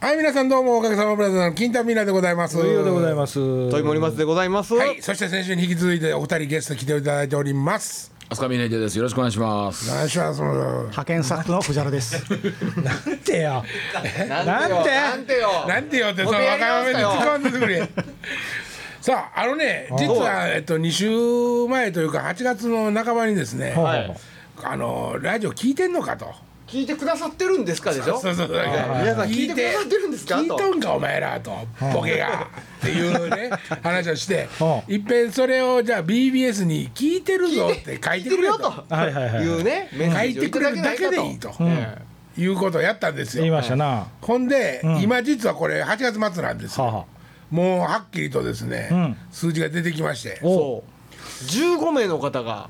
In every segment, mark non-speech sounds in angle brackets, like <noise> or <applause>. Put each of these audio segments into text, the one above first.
はい皆さんどうもおかげさまブラザーズの金田ミラでございます水曜でございます。トイモリマスでございます。はいそして先週に引き続いてお二人ゲスト来ていただいております飛鳥峰秀です。よろしくお願いします。何しはその派遣作の藤原です。 <laughs> なんてよ。ななんてなんてよ。なんてよってそものうや若り直めにしたよ突っ込んでくれ <laughs> さああのね実はえっと2週前というか8月の半ばにですねはい。あのラジオ聞いてんのかと聞いてくださってるんですかでしょ。そうそうそう皆さん聞いてくださってるんですか聞いとと。んかお前らとボケがっていうね話をしてはあいっぺんそれをじゃあ BBS に聞いてるぞって書い聞いてくてるれよとと。はいはいはいいうね、メッセ書ーいジをていくたれだるけだけないかでいいと。とうん。いうことをやったんです言いよましたな。ほんでん今実はこれ8月末なんですははよ。もうはっきりとですうねん数字が出てきましておそう。15名の方が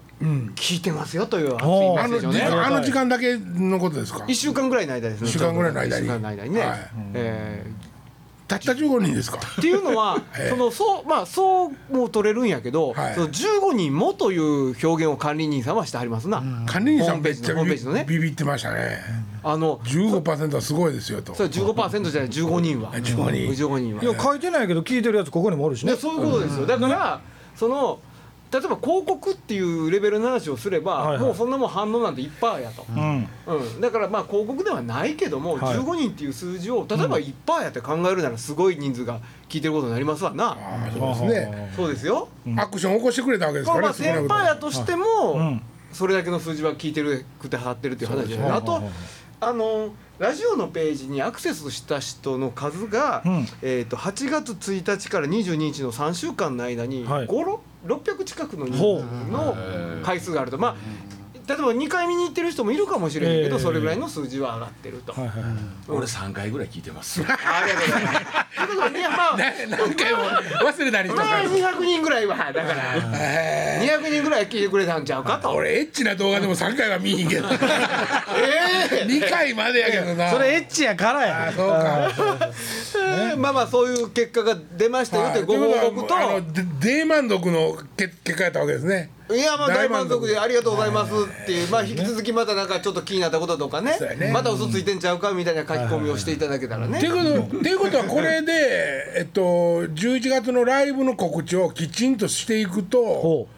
聞いてますよという熱いメお。あッセのージを実ね。はあの時間だけのことですか一週間ぐらいの間ですね。一週間ぐらいの間に一週間の間にね。はいえーたった15人ですかっていうのは <laughs> ええ、そのそうまあそうも取れるんやけど、はいその15人もという表現を管理人さんはしてはりますな。管理人さんホームペめっージちのゃホームページのビね。ビビってましたねあの15%はすごいですよとそれ15%じゃない15人は。 15人15人はいや書いてないけど聞いてるやつここにもおるしねね、。そういうことですよ、だから、その例えば広告っていうレベルの話をすれば、はいはいもうそんなもん反応なんていっぱいやと、うん。うん、だからまあ広告ではないけども、はい15人っていう数字を例えばいっぱいやって考えるならすごい人数が聞いてることになりますわな、ああそうですねそうですよ、アクション起こしてくれたわけですこかれまらあね少な先くとも輩やとしても、うん。それだけの数字は聞いてるくて払ってるっていう話ですよねそうあですねとあのラジオのページにアクセスした人の数が、うんえー、と8月1日から22日の3週間の間に、はい五六600近くの人ほうの回数があるとまあ例えば2回見に行ってる人もいるかもしれないけど、ええそれぐらいの数字は上がってると。はいはいはい。俺三回ぐらい聞いてます。ありがとうございます。ということでいやまあ <laughs> 何回も忘れたり <laughs> とまあか200人ぐらいはだから200人ぐらい聞いてくれたんちゃうかと。俺エッチな動画でも3回は見いひん <laughs> けど <laughs> ええ2回までやけどなそれエッチやからや。そうかえーまあまあそういう結果が出ましたよというご報告と、あので大満足の結結果やったわけですねい、やまあ大大満足満足でありがとうございますっていう、まあ引き続きまたなんかちょっと気になったこととかねそうやねまた嘘ついてんちゃうかみたいな書き込みをしていただけたらね、っていうことっていうことはこれで、えっと、11月のライブの告知をきちんとしていくとほ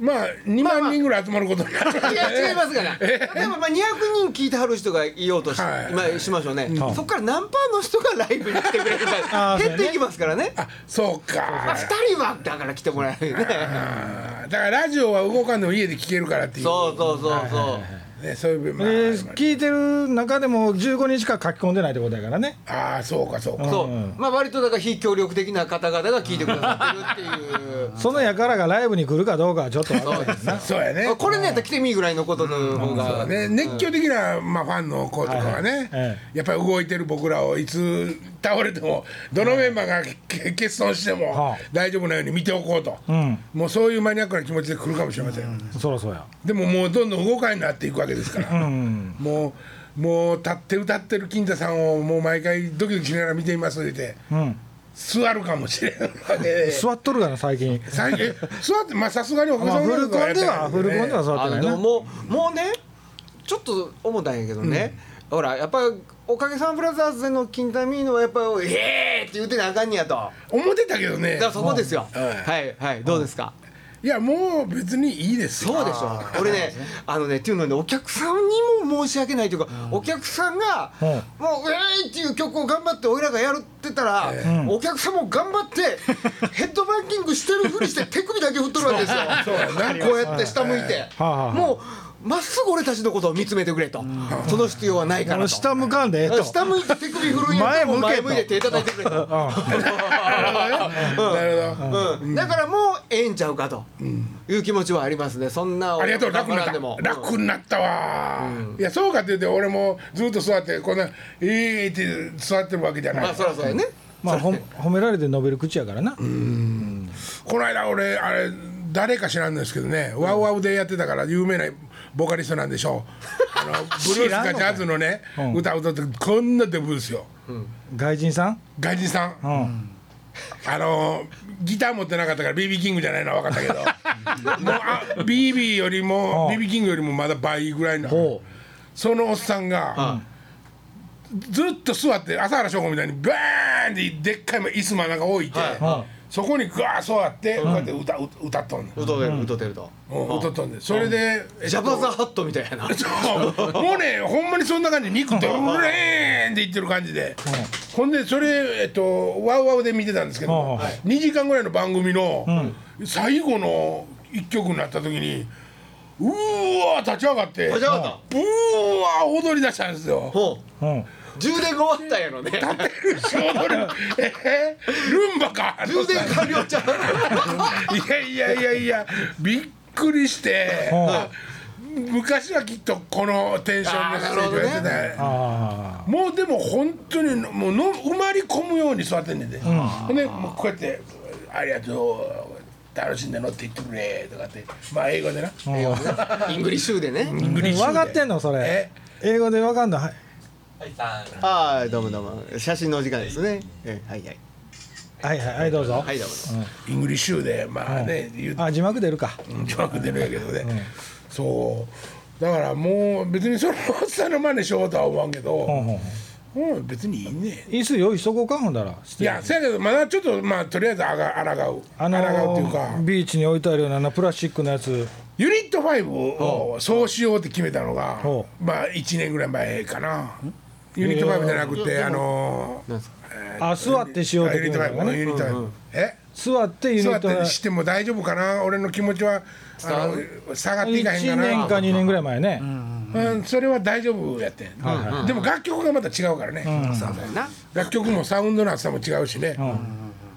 まあ2万人ぐらい集まることになる、いや違いますから、でもまあ200人聞いてはる人がいようとし,、はいまあ、しましょうね、そこから何パーの人がライブに来てくれるあかー減っていきますからねあ <laughs> そうまあ、か2人はだから来てもらえるよねあーだからラジオは動かんでも家で聞けるからっていうそうそうそうそう、ね、そういう、まあで聞いてる中でも15人しか書き込んでないってことやからね。ああそうかそうか、そう、うんまあ割とだから非協力的な方々が聞いてくださってるっていうそのやからがライブに来るかどうかはちょっとわからへんな。そうやねあこれねやったら来てみいぐらいのことの方が、ね、熱狂的な、まあ、ファンの子とかはね、えやっぱり動いてる僕らをいつ倒れてもどのメンバーがけ欠損してもはあ大丈夫なように見ておこうと、うん。もうそういうマニアックな気持ちで来るかもしれません、そろそろや。でももうどんどん動かんようになっていくわけですから、うん。もうもう立って歌ってる金太さんをもう毎回ドキドキしながら見ていますってうん。座るかもしれないわけで座っとるがな最近。最近座ってまあさすがにおまあフルコンでははフルコンでは座っあてないのでなも。もうもうねちょっと思ったんやけどね、ほらやっぱり「おかげさんブラザーズ」の金田ミーノはやっぱり「ええ!」って言うてなあかんねやと思ってたけどねだからそこですよ、うんはいはいどうですか、いやもう別にいいですよそうでしょ俺 <laughs> ねあのねっていうのはねお客さんにも申し訳ないというか、お客さんが「うんもうええ!」っていう曲を頑張って俺らがやるってたら、お客さんも頑張って <laughs> ヘッドバンキングしてるふりして手首だけ振っとるわけ <laughs> ですよそうやなこうやって下向いて、はあはあもうまっすぐ俺たちのことを見つめてくれと、その必要はないかあらのと下向かんでええと。下向いて手首振るんやったらもう前前向向いけとて手叩いてくれ <laughs> と、なるほどうん、だからもうええんちゃうかという気持ちはありますねそんなありがとう楽になっでもた楽になったわいやそうかって言って俺もずっと座ってこんな「ええ」って座ってるわけじゃなまいあそらそうやねまあほん褒められて伸びる口やからな。この間俺あれ誰か知らんですけどねワウワウでやってたから有名なボーカリストなんでしょうあのブルース知らんかのジかャズのねうん歌を歌ってこんなデブですよ外人さん。外人さんうん。あのギター持ってなかったから BB キングじゃないのは分かったけど <laughs> もうあ BB よりもうん BB キングよりもまだ倍ぐらいのほう。そのおっさんが、ずっと座って朝原翔子みたいにバーンってでっかい椅子真ん中置いて、はそこにガー座ってこうやって歌,、う歌っとんねん歌てる歌てるとうん歌っとんねんそれで、えっとジャパザハットみたいやなそう <laughs> もうねほんまにそんな感じ肉って「うれーん!」って言ってる感じで、ほんでそれえっとワウワウで見てたんですけど、はあはあ2時間ぐらいの番組の最後の一曲になった時にうーわー立ち上がってう立ーち上がったわー踊り出したんです <laughs> よ。ほい。うん。う充電が終わったんや <laughs> ろね踊るえールンバか充電完了ちゃういやいやいやいやびっくりしては昔はきっとこのテンションのステージをやってたよねあもうでも本当にもうの埋まり込むように座ってんねんで、ほんでもうこうやって「ありがとう楽しんで乗っていってくれ」とかってまあ英語でな英語でな <laughs> イングリッシュでねイングリッシュあ。で分かってんのそれ。英語で分かんの。はい。はいどうもどうも写真のお時間ですねえはいはいはいはいはいどうぞ。はいどうもどうもイングリッシュでまあね、言うあ字幕出るか。字幕出るんやけどね、そうだからもう別にそのおっさんの真似しようとは思わんけど、うんうん。もう別にいいね椅子用意しとこうかほんだら。いやせやけどまだちょっとまあとりあえずあがあらがうああのらがうっていうかービーチに置いてあるようなあのプラスチックのやつ。ユニット5をそうしようって決めたのがほまあ1年ぐらい前かなユニット5じゃなくてあのーなんですかあ座ってしようとユニット5のユニット5え座ってユニそうやッっトがてしても大丈夫かな俺の気持ちはあの下がっていかへん1か年かな2年ぐらい前ね。うんそれは大丈夫やってんでも楽曲がまた違うからねな楽曲もサウンドの厚さも違うしね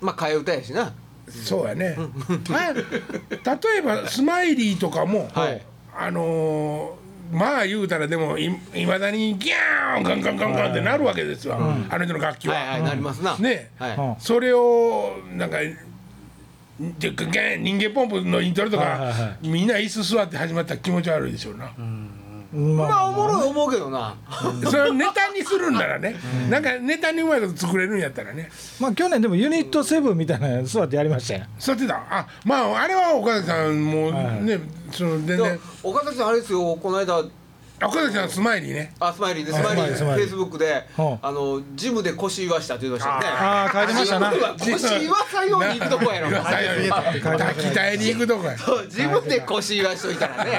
まあ替え歌やしなそうやね。はい例えばスマイリーとかも、はいあのーまあ言うたらでもいいまだにギャーンガンガンガンガンってなるわけですわ、あの人の楽器は。はいはいなりますなねはいうんそれをなんかでギャーン人間ポンプのイントロとか、はいはいはみんな椅子座って始まったら気持ち悪いでしょうな、ままあおもろい思うけどなそれをネタにするんならね、なんかネタにうまいこと作れるんやったらねまあ去年でもユニットセブンみたいなの座ってやりましたよ。座ってたあまああれは岡崎さんもね、その全でも然岡崎さんあれですよこの間岡崎さんスマイリーねあスマイリーでスはいマイリースフマイェリイースブックでうんあのジムで腰言わしたって言いましたよねああ書いてましたな。ジムは腰言わさように行くとこ <laughs> やろ岩佐より滝台に行くとこや <laughs> そう自分で腰言わしといたらね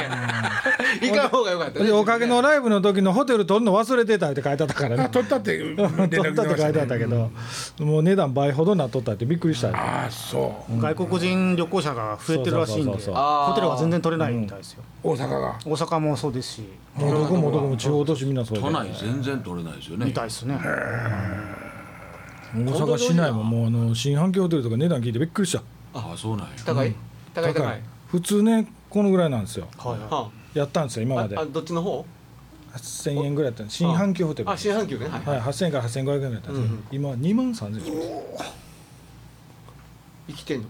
行かん方がよかったねでおかげのライブの時のホテル取るの忘れてたって書いてあったからあ <laughs> ね。取ったって連絡取ったって書いてあったけど、もう値段倍ほどなっとったってびっくりしたよ。ああそう外国人旅行者が増えてるらしいんでそうそうそうそうホテルは全然取れないみたいですよ、大阪が大阪もそうですしもうどこもどこも地方都市みんなそうだ都よ内全然取れないですよねみたいですね大阪市内ももうあの新阪急ホテルとか値段聞いてびっくりした。あそうなんや高い高い高い普通ねこのぐらいなんですよ。はい <laughs> はいはやったんですよ今あまあであ。どっちの方8000円ぐらいだったんです新阪急ホテル。はあい新阪急ねはい8000円から8500円ぐらいだったんですようん今2万3000円。生きてんの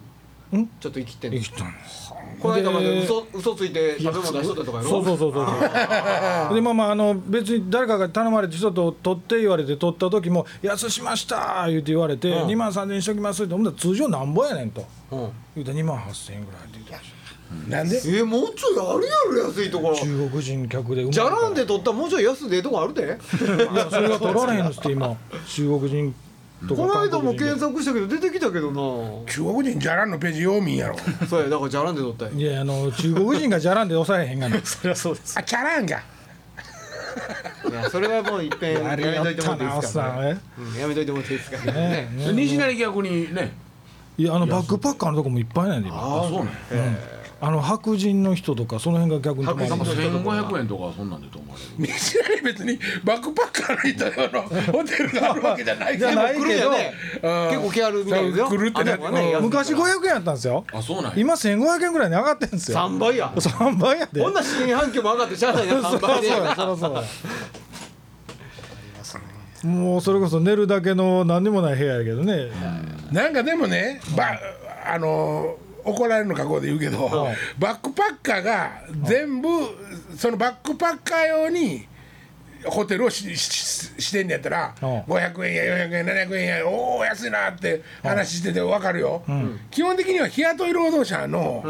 んちょっと生きてんの生きたんです。この間まで嘘嘘ついて食べ物出しとったとかやろそうそうそうそうそうでまあまああの別に誰かが頼まれて人と取って言われて取った時も「安しました」言うて言われて「うん2万3,000円しときます」ってほんだら通常なんぼやねんとうん言うて2万8,000円ぐらいって言ってましなんでえもうちょいあるやろ安いところた中国人客でうまいじゃらんで取ったらもうちょい安いでええとこあるでいやそれが取られへんのっすって今中国人とかこの間も韓国人検索したけど出てきたけどな中国人じゃらんのページ読みんやろそうやだからじゃらんで取ったんやいやあの中国人がじゃらんで抑えへんがなそれはそうですあチャランがいやそれはもういっぺんやめといてもらっていいおっですかさんらねえうんやめといてもらっていいですかねらねね西成逆にねいやあのバックパッカーのとこもいっぱいなんで今あそうなんやあの白人の人とかその辺が逆に泊まりなんまかす1500円とかそんなんで泊まれる西成別にバックパッカーの人 <laughs> 用のホテルがあるわけじゃないじゃない来るんやねうん結構気軽みたいですよそう来るってなってあでもね安いから昔500円やったんですよあそうなんや今1500円ぐらいに上がってんですよ3倍や3倍やでこんな新阪急も上がってしゃあないなそう3そう倍でやそらそうやもうそれこそ寝るだけの何にもない部屋やけどねなんかでもねばあの怒られるの覚悟で言うけど、バックパッカーが全部、そのバックパッカー用にホテルをしししてんのやったら、うん500円や400円700円やおお安いなって話してて分かるよ、基本的には日雇い労働者の,、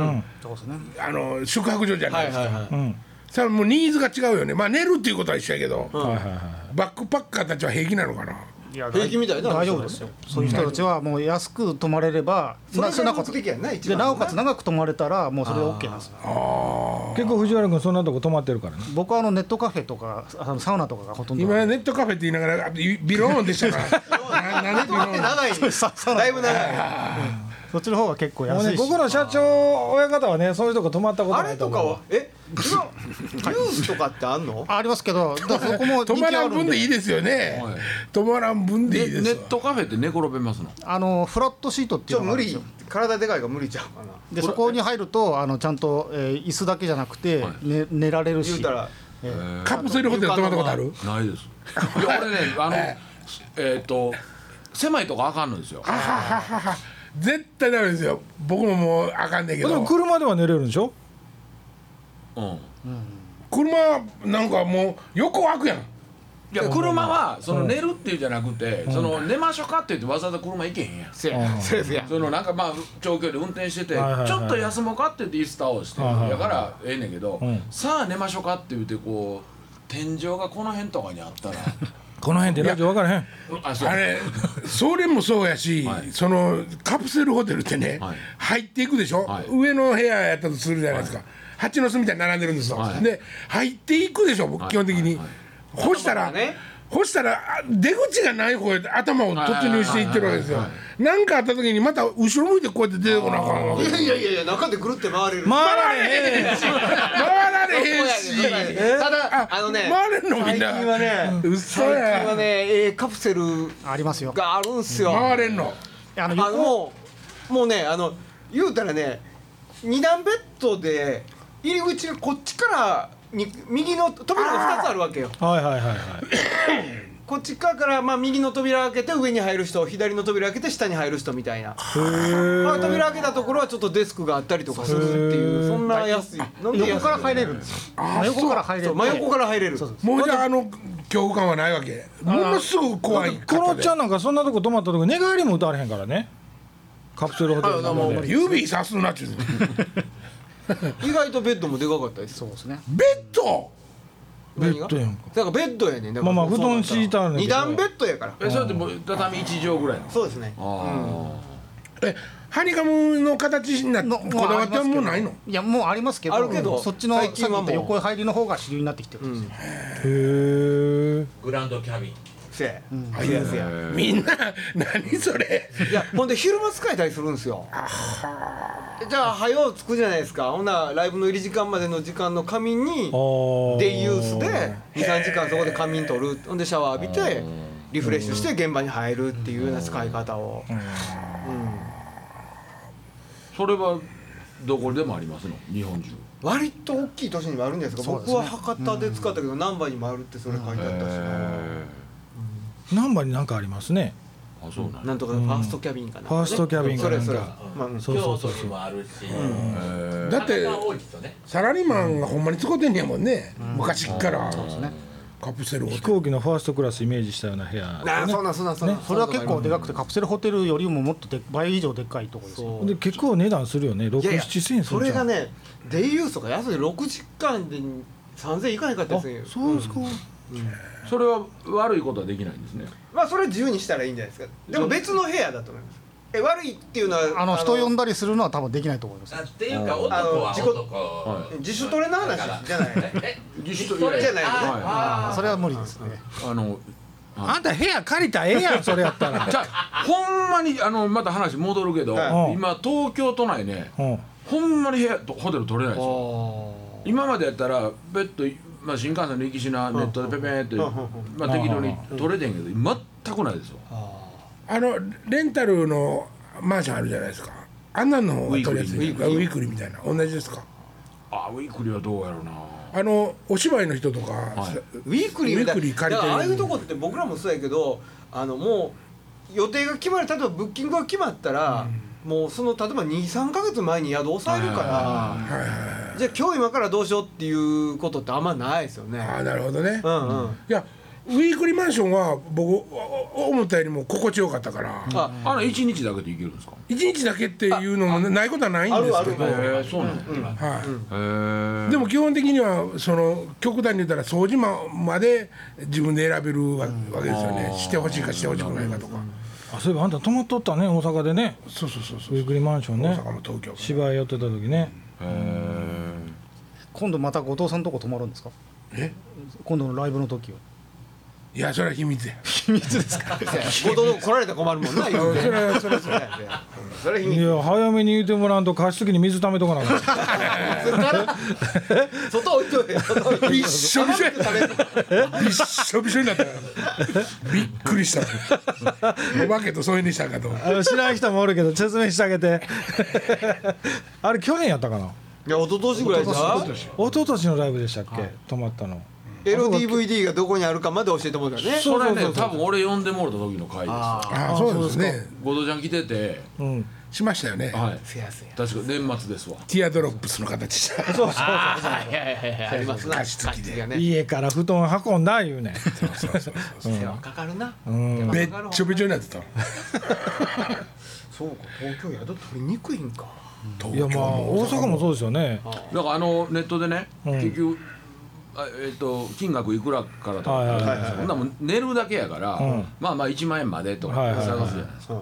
そうですねあの宿泊所じゃないですか、はいはいはいうんそれはもうニーズが違うよねまあ寝るっていうことは一緒やけど、はいはいはいバックパッカーたちは平気なのかないや平気みたいな大丈夫ですよそういう人たちはもう安く泊まれればそれがなおかつ目的やな一で番なおかつ長く泊まれたらもうそれで OK なんですよ結構藤原君そんなとこ泊まってるからね僕はあのネットカフェとかあのサウナとかがほとんど今ネットカフェって言いながらあビローンでしたからななんでビローン長いだいぶ長いそっちの方が結構もう安ねいし、ここの社長親方はねそういうとこ泊まったことあなれいと思とかうはえ違うニュースとかってあんのあありますけどだからそこも人止気まあらんるん分ででいいですよねはい止まらん分でいいででネすットカフェって寝転べますのあのフラットシートっていちうょのがあ無るんです理よ体でかいから無理ちゃうかなでそこに入るとあのちゃんと、えー椅子だけじゃなくて、はいね、寝られるし言うたらカプセルホテル泊まったことあるないですいや俺ねあの <laughs> えっと狭いとこあかんのですよ絶対ダメですよ僕ももうあかんねんけでもど車では寝れるんでしょうん車なんかもう横開くやんいや車はその寝るっていうじゃなくて、その寝ましょうかって言ってわざわざ車行けへんやん、せやせやせやそのなんかまあ長距離運転してて、はいはいはいちょっと休もうかって言って椅子倒して、はいはいはいだからええねんけど、うんさあ寝ましょうかって言ってこう天井がこの辺とかにあっ <laughs> たらこの辺でラジオ分からへんあそうあれそれもそうやし、はいそのカプセルホテルってね、はい入っていくでしょ、はい上の部屋やったとするじゃないですか、蜂の巣みたいに並んでるんですよ、はいで入っていくでしょ、い基本的に、はいはい干したら、頭がね干したらあ出口がない方へ頭を突入していってるわけですよはいはい何、かあった時にまた後ろ向いてこうやって出てこなあかんわけいやいやいやいや中でぐるって回れる回ら回れへんられ <laughs> へんし回られへんししただあのね回れんのみん最な近はね嘘最や近はねえーカプセルありますよがあるんすよ回れんのあのあの横もうもうねあの言うたらね二段ベッドで入り口がこっちからに右の扉が2つあるわけよはいはいはいはいこっち側からまあ右の扉開けて上に入る人左の扉開けて下に入る人みたいな、まあ、扉開けたところはちょっとデスクがあったりとかするっていうそんな安いなんで横安いから入れるんですよ真横から入れそうる真横から入れるもうじゃああの恐怖感はないわけものすごく怖いこのちゃんんなんかそんなとこ泊まったとこ寝返りも打たれへんからねカプセルホテルの中で指さすなっちゅうの意外とベッドもでかかったですそうですねベッドベッドやんかだからベッドやねんだからまあまあ布団敷いたんだけど二段ベッドやからえそれってもう畳1畳ぐらいのそうですねあえハニカムの形になってのこだわってはもうないのいやもうありますけどあるけどそっちの最近はもうさっき言った横入りの方が主流になってきてるんですよ、へえグランドキャビンせやあせやせやーみんな何それいやほんで昼間使えたりするんですよじゃあ早う着くじゃないですかほんならライブの入り時間までの時間の仮眠にデイユースで23時間そこで仮眠取るほんでシャワー浴びてリフレッシュして現場に入るっていうような使い方をそれはどこでもありますの日本中割と大きい都市にもあるんじゃないですかそうです僕はね博多で使ったけど難波にもあるってそれ書いてあったしえ難波になんかありますねあそうなんなやんとかファーストキャビンかなファーストキャビンかそなんれそれかまあうんそうそう京そ都うにもあるしだって多いですよねサラリーマンがほんまに使ってんねやもんね昔っからねカプセルホ飛テル行機のファーストクラスイメージしたような部屋あーそうなんそうなんそうなんそれは結構でかくてカプセルホテルよりももっとで倍以上でっかいところですよそうで結構値段するよね6 7千円すそるじれゃがんねデイユースとか安い6時間で3000いかないかったですねそうですかそれは悪いことはできないんですねまあそれは自由にしたらいいんじゃないですかでも別の部屋だと思いますえ悪いっていうのはあの人呼んだだりするのは多分できないと思いますあっていうか男はあの男は自主トレの話じゃないえ自主トレじゃないよねあそれは無理ですねあのあんた部屋借りたらええやんそれやった <laughs> ら <laughs> じゃあほんまにあのまた話戻るけど、はい今東京都内ねうんほんまに部屋とホテル取れないですよあ今までやったらベッド、まあ、新幹線の行きしなネットでペペーって、うんまあ、適度に取れてんけど全くないですよあのレンタルのマンションあるじゃないですかあんなんの方が取りやすいウウィークリーィークリーみたいな同じですかあウィークリーはどうやろうなあのお芝居の人とか、いウィークリーみたウィーいクリーな借りだてかるらああいうとこって僕らもそうやけどあのもう予定が決まる例えばブッキングが決まったら、もうその例えば23か月前に宿抑えるから、じゃあ今日今からどうしようっていうことってあんまないですよねああなるほどね、うんうんいやウィークリーマンションは僕おお思ったよりも心地よかったからああの一日だけで行けるんですか。一日だけっていうのもないことはないんですけどあるあるへえ、そうなんだ。はいへえ。でも基本的にはその極端に言ったら掃除ままで自分で選べるわわけですよねしてほしいかしてほしくないかとかあそういえばあんた泊まっとったね大阪でねそうそうそうそウうィークリーマンション大ね阪も東京も芝居やってた時ね今度また後藤さんのとこ泊まるんですかえ今度のライブの時はいやそれは秘密や後藤来られたら困るもんな言うてそれそれそれそれいや早めに言うてもらうと加湿器に水溜めとかなあかん外置いといて外置いといてびっしょびしょやったびっしょびしょになったからびっくりしたお化けと添い寝したんかとあの知らん人もおるけど説明してあげて <laughs> あれ去年やったかないや一昨年ぐらいじゃん一昨年のライブでしたっけ、泊まったの LDVD がどこにあるかまで教えてもらったよねそれね、多分俺呼んでもらった時の回です。ああそうですね後藤ちゃん来てて、うんしましたよねはい。せやせや確か年末ですわ。ティアドロップスの形したそうそういやいやいやありますな加湿器で器がね家から布団運んだ言うねん世話かかるなべっちょべちょになってたそうか東京宿取りにくいんか東 <laughs> いや京まあも大阪もそうですよねだからあのネットでね、結局あえっ、と金額いくらからとか、はいはいはいそんなもん寝るだけやから、まあまあ1万円までとかはいはいはい探すじゃないですか、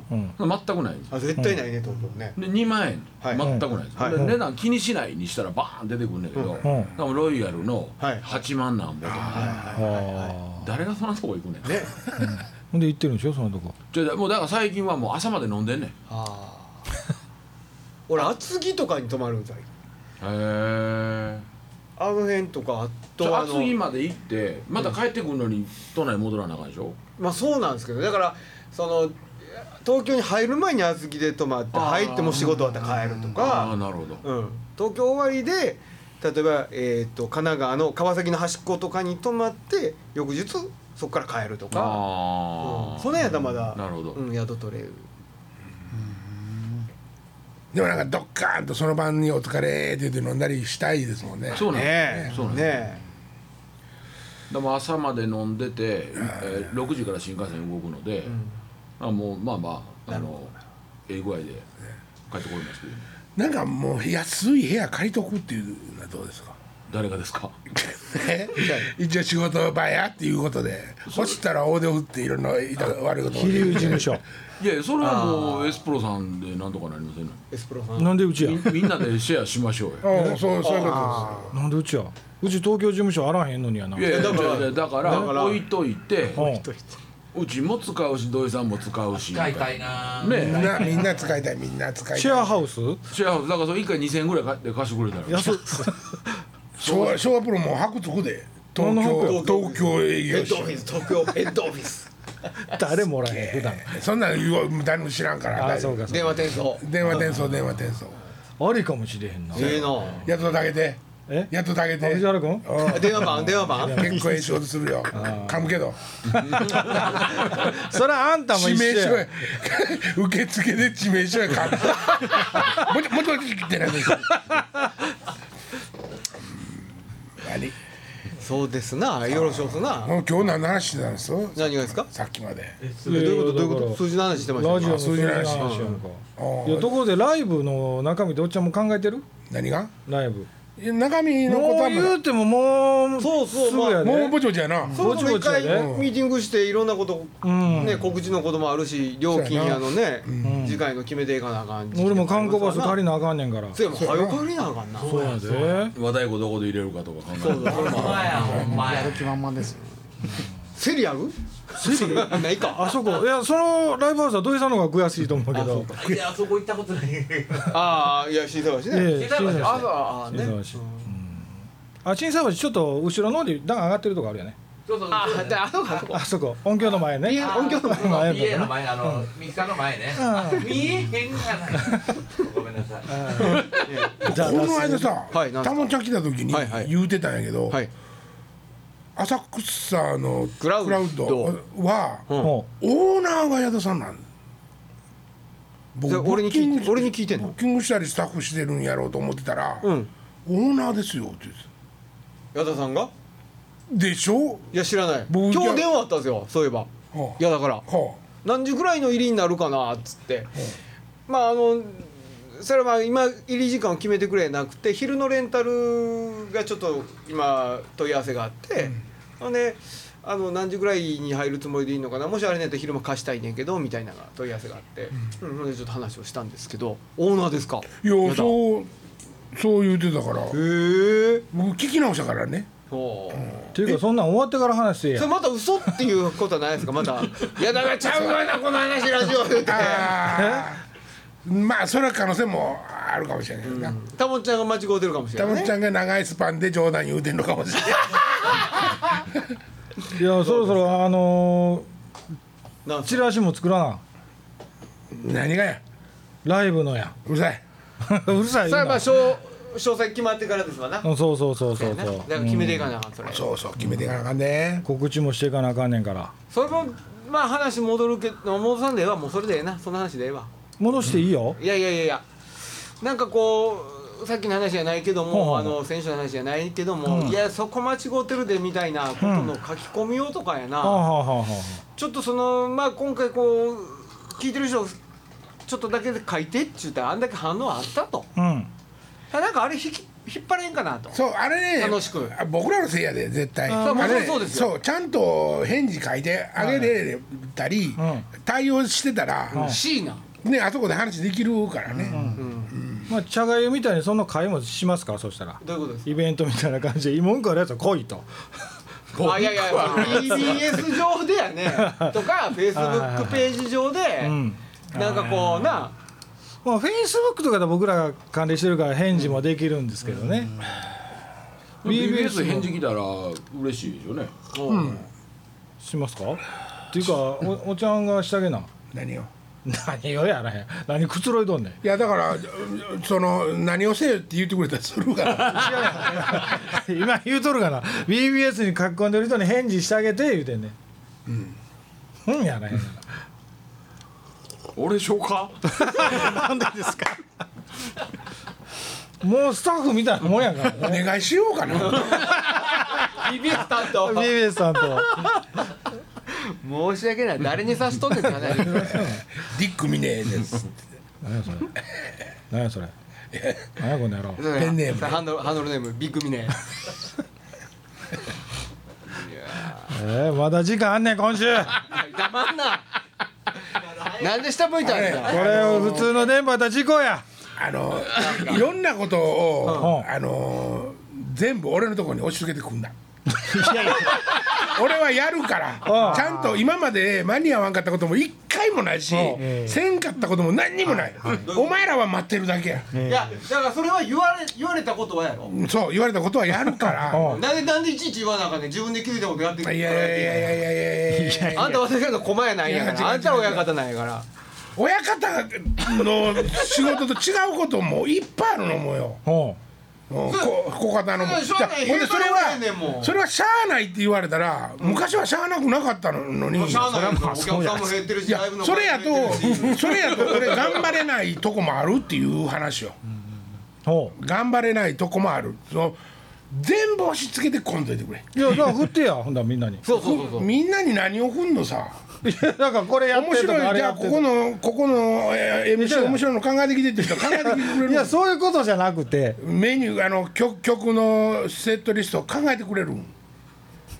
全くないんですよあ絶対ないね東京ねで2万円、はい全くないんですよ、はいで値段気にしないにしたらバーン出てくるんだけど、んでもロイヤルのはい8万なんぼとか、は誰がそんなとこ行くねんねあほんで行ってるんでしょそのとこちょもうだから最近はもう朝まで飲んでんねんへああ俺厚木とかに泊まるんだよえあの辺とかあとあ厚の木まで行ってまた帰ってくるのに都内戻らなあかんでしょ、まあそうなんですけどだからその東京に入る前に厚木で泊まってあー入ってもう仕事終わったら帰るとああか、なるほどうん、東京終わりで例えば、えー、と神奈川の川崎の端っことかに泊まって翌日そこから帰るとか、あうあん、そのやったらまだ、なるほどうん、宿取れるでもなんかドッカーンとその晩にお疲れって言って飲んだりしたいですもんねそうなんねえそうなんねえでも朝まで飲んでて、えー、6時から新幹線動くので、あもうまあまああのええ具合で帰ってこれますけどなんかもう安い部屋借りとくっていうのはどうです <laughs> か誰がですかね一応仕事場やっていうことで落ちたら大手を振っていろんな板悪いこと飛龍事務所いやいやそれはもうエスプロさんでなんとかなりませんのエスプロさんなんでうちやみみんなでシェアしましょう <laughs> ようんそうそういうことなんでうちやうち東京事務所あらへんのにやないやいやだからだかだからら置いといてうんうちも使うし土井さんも使うしみ使たいいなたねいですなみんなみんな使いたいみんな使いたいシェアハウスシェアハウスだからそれ1回2000円ぐらいかで貸してくれたら安っ昭和昭和プロも白つくで東何の京東京営ヘ業ッドオフィ所ス東京ヘッドオフィス <laughs> 誰もおらへん普段そんなん言わ誰も知らんからあ大丈夫そうかそう <laughs> 電話転送電話転送電話転送かありかもしれへんなええのやっとだけでえやっとだけあで藤原君電話番 <laughs> 電話番結構ええ仕事するよ噛むけどそれはあんたも致一命傷緒や <laughs> や受付で致命傷や噛むもちもちもちってなる何そうですなよろしおすなもう今日何の話してたんです何がですかさっきまでどういうことどういだかうこらと数字の話してましたよラジオの数字の話あや数字んかあーいやところでライブの中身どっちゃんも考えてる何がライブいや中身のこともはうまだ言うてももうそうそうすぐやでもうぼちぼちやなそもそも一回ぼちぼちやねミーティングしていろんなこと、んね、告知のこともあるし料金やのね、ん次回の決めていかなあかん時期俺も観光バス借りななあかんねんからそうやもう早く借りなあかんなそうやで和太鼓どこで入れるかとか考えてそうだそれほんもまやほんまややる気満々ですよセリあるセリないあかそこいやそのライブハウスは土井さんの方が悔しいと思うけどいやあそこ行ったことないああいや新沢橋ね、ええ新新鮮鮮なあああね新鮮あ新沢橋ちょっと後ろの方で段上がってるとこあるよねそうそうあであそうかそうかあそこ音響の前ねあ音響の前前 PA の前あのミキサーの前ね見えへんがなごめんなさいじゃあこの間さ、はいなんすタかモちゃん来た時にはいはい言うてたんやけど、はい浅草のクラウドは、もオーナーが矢田さんなんじ僕ゃあ俺に聞いてブッキング俺に聞いてんのブッキングしたりスタッフしてるんやろうと思ってたら、うんオーナーですよって言って矢田さんがでしょいや知らない僕今日電話あったんですよそういえばはいやだからは何時ぐらいの入りになるかなっつってまああのそれはまあ今入り時間を決めてくれなくて昼のレンタルがちょっと今問い合わせがあって、ほんであの何時ぐらいに入るつもりでいいのかなもしあれねと昼間貸したいねんけどみたいな問い合わせがあって、うんほんでちょっと話をしたんですけどオーナーですかいいやだそうそう言うてたからへえ僕聞き直したからねそうっていうかそんなん終わってから話してそやれまた嘘っていうことはないですかまた「いやだからちゃうがなこの話ラジオ」言うてああまあそれは可能性もあるかもしれないなタモちゃんが間違うてるかもしれたないもちねゃんが長いスパンで冗談言うてんのかもしれ <laughs> ないいやそろそろあのなんーすチラシも作らな何がやライブ <laughs> のやうるさいうるさいそれはまあ今詳詳細決まってからですわな、うんそうそうそうそうだそかうら決めていかなあかんそれ、そうそう決めていかなあかんね告知もしていかなあかんねんからそれもまあ話戻るけど戻さんでええわもうそれでええなその話でええわ戻していいよ、いやいやいやいやなんかこうさっきの話じゃないけどほうほうもあの選手の話じゃないけども、いやそこ間違うてるでみたいなことの書き込みようとかやな、はあはあはあはちょっとそのまあ今回こう聞いてる人ちょっとだけで書いてって言ったらあんだけ反応あったとあうんただなんかあれ引き引っ張れんかなとそうあれね楽しくあ僕らのせいやで絶対あーれねもちろんそうですよそうちゃんと返事書いてあげれたり、うん対応してたら、 C なねあそこで話できるからね、まあ茶がゆみたいにそんな会もしますからそしたらどういうことですかイベントみたいな感じで文句あるやつは来いとあいやいや BBS 上でやねとか Facebook ページ上でうんなんかこうなまあフェイスブックとかで僕らが関連してるから返事もできるんですけどね、 BBS 返も事来たら嬉しいでしょうねこうしますかっていうかおおちゃん <laughs> がしたげな何を何をやらへん何くつろいどんねんいやだからその何をせよって言ってくれたらするから <laughs> 今言うとるがな BBS に書き込んでる人に返事してあげて言うてんねんうんやらへんがな俺しょうかなんでですかもうスタッフみたいなもんやから <laughs> お願いしようか <laughs> な BBS 担当 BBS さんと申し訳ない誰に差しとんねんって話ディック・ミネーです何やそれ何やそれ何やこの野郎ペンネームハンドルハンドルネームビッグミネえー、まだ時間あんねん今週黙ん <laughs> ななんで下向いたんですかこれを普通の電波やったら事故やあのいろんなことを、うんあの全部俺のところに押し付けてくんだ俺はやるからちゃんと今まで間に合わんかったことも一回もないし、せんかったことも何にもない、お前らは待ってるだけや、いやだからそれは言われ言われたことはやろそう言われたことはやるから、なんでなんでいちいち言わなあかんねん自分で気づいたことやってくいやいやいやいやいやいやいやいやあんた私らの駒やないやかいや違うらあんたは親方なんやから親方の仕事と違うこともいっぱいあるのもよ、ほうん、そうこ小方のもそうしょうがないじゃあほんでそれ平凡やねんもはんそれはしゃあないって言われたら昔はしゃあなくなかったのにもうしゃあないそれはよお客さんも減ってるしいやライブのそれや数も減ってるしとそれやと俺頑張れないとこもあるっていう話ようほ頑張れないとこもあるその全部押し付けてこんといてくれういやだから振ってやほんだらみんなにそうそうそうそうみんなに何をふんのさいやだからこれやって面とかあ白いれじゃやあってことこかのここのえー MC 面白いの考えてきてって人考えてきてくれるいやそういうことじゃなくてメニューあの曲曲のセットリストを考えてくれるん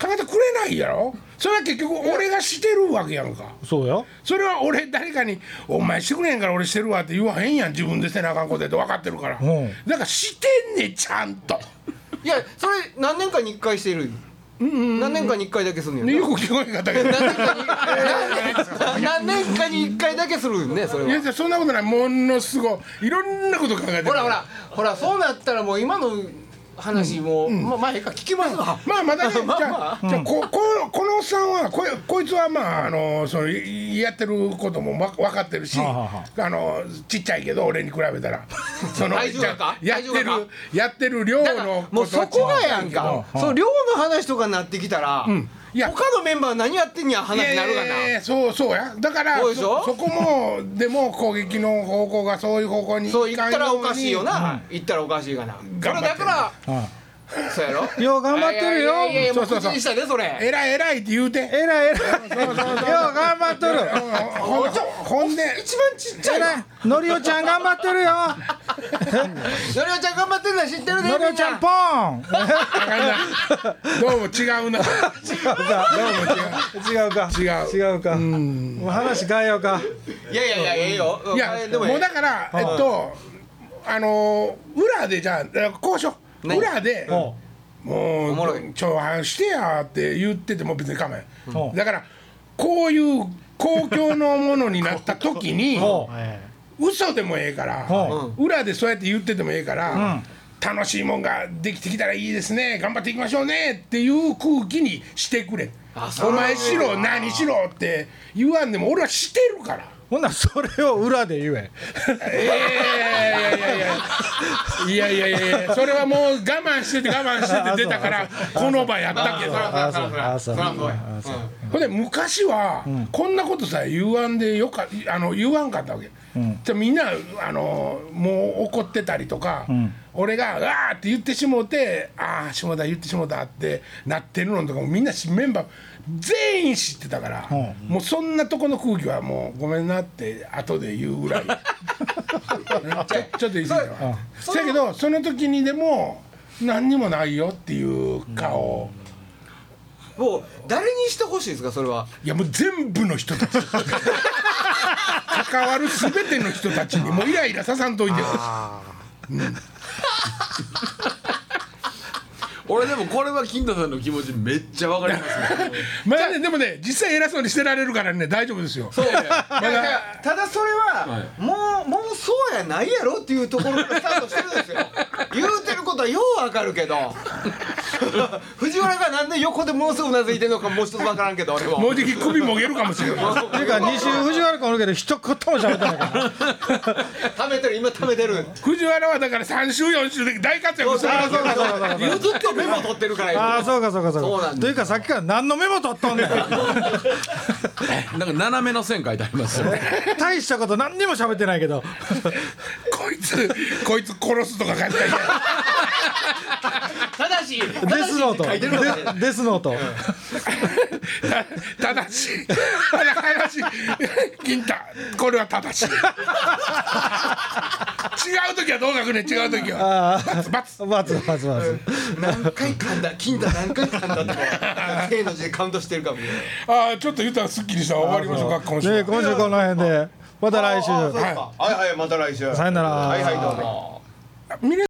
考えてくれないやろそれは結局俺がしてるわけやんかそうよそれは俺誰かに「お前してくれへんから俺してるわ」って言わへんやん自分でせなあかんことやって分かってるから、うんだからしてんねんちゃんといやそれ何年かに一回してる何年かに一回だけするんねやよろく聞こえんかった <laughs> けどい何年かに一回だけするんねそれやはいやそんなことないものすごいいろんなこと考えてるほらほらほらそうなったらもう今の話もまあまあええか聞き <laughs> ますわまあまだね、じゃあ、じゃあこここのおっさんはここいつはまああのそのいやってることもわ分かってるし、はあはあのちっちゃいけど俺に比べた <laughs> ら、その体重がかじゃあやって体る重やってる量がかだからのもうとはそこがやんかうんその寮の話とかになってきたらんいや他のメンバー何やってんやい話やにいなるやがいなやいやそうそうやだからそうでしょそこもでも攻撃の方向がそういう方向にそう言ったらおかしいよかんよな言ったらおかしいがな頑張ってこれだからうんそうやろよう頑張ってるよいやいやいやもうそうそうそう口にしたねそれえらいえらいって言うてえらいえらいよう頑張っとほるんほんほんで一番ちっちゃえいわらいのりおちゃん頑張ってるよのりおちゃん頑張ってるのは知ってるねのりおちゃんポーンあかんなどうも違うな違うか違う違うかもう話変えようかいやいやいやええよいあやれでもええもうだからえっとあのー裏でじゃあだから交渉何裏でおもおもろいうちょ話してやって言ってても別に構えうんだからこういう公共のものになった時におえ嘘でもええからう裏でそうやって言っててもええからん楽しいもんができてきたらいいですね頑張っていきましょうねっていう空気にしてくれお前しろ何しろって言わんでも俺はしてるから。ほんならそれを裏で言えいやいやいやいやいやいやいやいやそれはもう我慢してて我慢してて出たからこの場やったけどあそうあそうそらそうやあそうほんで昔はこんなことさえ言わんでよかあの言わんかったわけ、じゃあみんなあのもう怒ってたりとか、俺が「うわ!」って言ってしもうて「ああ下田言ってしもうた」ってなってるのとかもみんなしメンバー全員知ってたから、もうそんなとこの空気はもうごめんなって後で言うぐら <laughs> い。ちょちょっと言い過ぎたわせやけどその時にでも何にもないよっていう顔、もう誰にしてほしいですかそれはいやもう全部の人たち関わる全ての人たちにもうイライラささんといてよ俺でもこれは金田さんの気持ちめっちゃわかりますね <laughs> まあねでもね実際偉そうにしてられるからね大丈夫ですよそうただそれははもうもうそうやないやろっていうところからスタートしてるんですよ <laughs> 言うてることはようわかるけ <laughs> ど藤原がなんで横でものすごくうなずいてるのかもう一つわからんけど俺ももうじき首もげるかもしれないていうか西藤原君おるけど一言も喋ってないから溜めてる今溜めてる藤原はだから3週4週で大活躍してあまあすそうかそうかそうかずっとメモ取ってるからああーそうかそうかそそううなんかですというかさっきから何のメモ取っとんねんなんか斜めの線書いてありますよ大したこと何にも喋ってないけどこいつこいつ殺すとか書いてあ正しいデスノート書いてるのかねデデスノートるた正しい正しい金太これは正しい違う時はどう書くね違う時はバツバツバツバツバツ何回噛んだ金太何回噛んだって正の字でカウントしてるかもしれないああちょっと言ったらすっきりした終わりましょうか今週はね今週この辺でまた来週はいはいはいまた来週さよならはいはいどうも皆